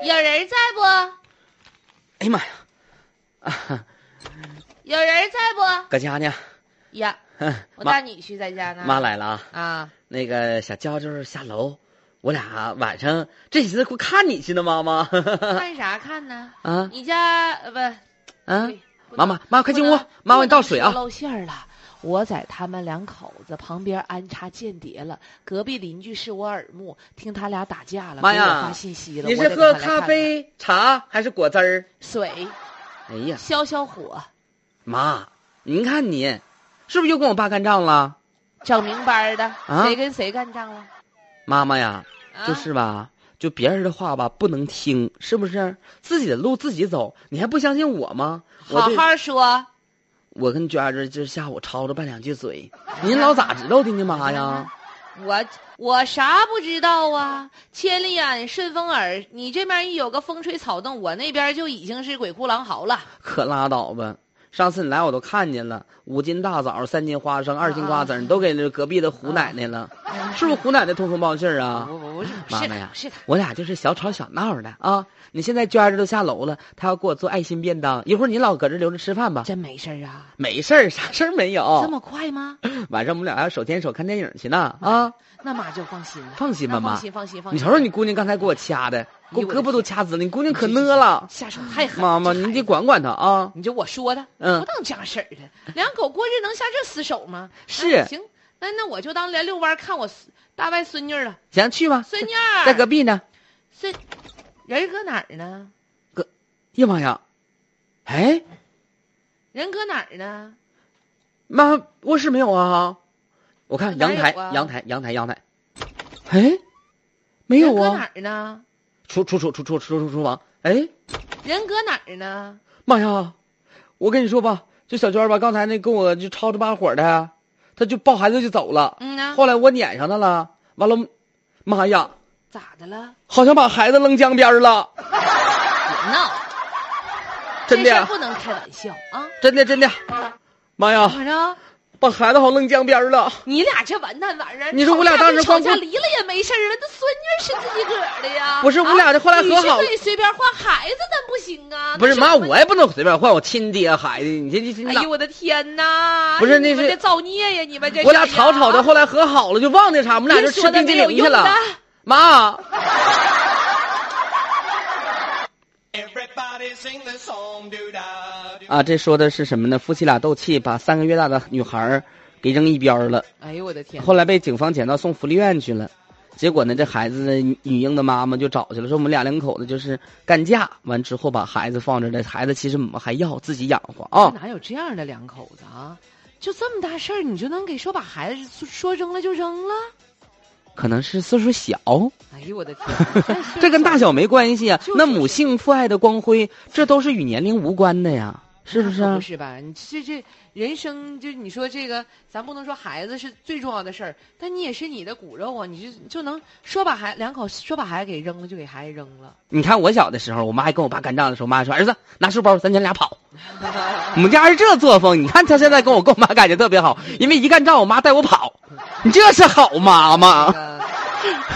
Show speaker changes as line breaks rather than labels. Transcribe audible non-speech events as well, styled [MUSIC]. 人在不？
哎呀妈呀！啊，
有人在不？
搁家呢。
呀，
哼
我
妈
大女婿在家呢。
妈来了啊！
啊，
那个小娇娇下楼，我俩晚上这寻思过看你去呢，
[LAUGHS]
妈妈。
看啥看呢？
啊
你家呃不？
啊！
对不
妈
能
妈，妈快进
不
屋
能，
妈我
不
给你倒
能
水
说
啊。
露馅儿了，我在他们两口子旁边安插间谍了。隔壁邻居是我耳目，听他俩打架了，
妈
给我
呀
发信息了。
你
我
是
得
喝
赶快来
咖
看
啡、茶还是果汁儿？
看水
哎呀，
消消火？
妈，您看你，是不是又跟我爸干仗了？
整明白儿的，
啊
谁跟谁干仗了？
妈妈呀，
啊
就是吧，就别人的话吧不能听，是不是？自己的路自己走，你还不相信我吗？我
好
这
好说。
我跟娟儿这这下午吵吵拌两句嘴，
[LAUGHS]
您老咋知道的呢？妈呀，
我我啥不知道啊？千里眼顺风耳，你这边一有个风吹草动，我那边就已经是鬼哭狼嚎了。
可拉倒吧！上次你来我都看见了，五斤大枣、三斤花生、二斤瓜子儿，你都给那隔壁的胡奶奶了，嗯
啊
是不是胡奶奶通风报信儿啊？
不不不是不
妈
是他
妈呀
不是他，
我俩就是小吵小闹的啊！你现在娟儿都下楼了，她要给我做爱心便当，一会儿你老搁这留着吃饭吧。
真没事儿啊？
没事儿，啥事儿没
这
有。
么快吗？
晚上我们俩还要手牵手看电影去呢啊！
那妈就放心了，
放心吧
那
妈
放心放心放
你
心。
瞅瞅你姑娘刚才给我掐的，
哎
给
呦我
我胳
的
膊都掐紫了，你姑娘可
这
讷了。
下手太狠了，
妈妈，
这孩
你得
子，
管管她啊！
你就我说的，
嗯
不能这样式儿的。两口过日能下这死手吗？
是
啊行，那那我就当来遛弯儿看我孙大外孙女儿了。
行，去吧，
孙女
[LAUGHS]
儿，
在隔壁呢。
孙人儿搁哪儿呢？
呀妈呀！哎，
人搁哪儿呢？
妈，卧室没有啊？我看
哪
阳
有
台，
啊
阳台，阳台，阳台。哎，没有
人搁
啊
哪？儿呢？
厨厨厨厨厨厨厨厨房。哎，
人搁哪儿呢？
妈呀！我跟你说吧，这小娟儿吧，刚才那跟我就吵吵把火的，她就抱孩子就走了。
嗯呐，
后来我撵上她了，完了，妈呀，
咋的了？
好像把孩子扔江边儿了，
别闹，
真
这事儿
的，
不能开玩笑啊！
真的，真的，妈
怎
呀，
么着？
把孩子好扔江边儿了。
你俩这完蛋玩意儿！
你说我俩当时
吵
光
架
顾
离了也没事儿啊，这孙女儿是自己个儿的呀。
[LAUGHS] 不是我俩这后来和好
啊、女婿可以随便换孩子，咱不行啊。
不是
那
妈，
什么
我也不能随便换我亲爹孩子，你这这这
哎
哪
呦我的天呐！
不是那
你们
是
这造孽呀！你们这
我俩吵吵的，
后
后来和好了，就忘那啥，我们俩就吃冰激凌去
啊
了。妈，
Everybody sing the song, do da do.
啊，这说的是什么呢？夫妻俩斗气，把三个月大的女孩儿给扔一边儿了，
哎呦我的天！
后来被警方捡到送福利院去了。结果呢，这孩子的女女婴的妈妈就找去了，说我们俩两口子就是干架，完之后把孩子放这儿了，孩子其实我们还要自己养活啊。
哪有这样的两口子啊？就这么大事儿，你就能给说把孩子说说扔了就扔了？
可能是岁数小，
哎呦我的
[LAUGHS]
天！
这跟大小没关系啊
就。是
那母性父爱的光辉，这都是与年龄无关的呀，是不是
那可
啊
不？是吧？你这这人生，就你说这个，咱不能说孩子是最重要的事儿，但你也是你的骨肉啊，你就就能说把孩两口说把孩子给扔了，就给孩子扔
[LAUGHS]
了。
你看我小的时候，我妈还跟我爸干仗的时候，我妈还说：“儿子，拿书包，咱娘俩跑。”我们家是这作风。你看她现在跟我跟我妈感情特别好，因为一干仗，我妈带我跑。你这是好妈妈。
这个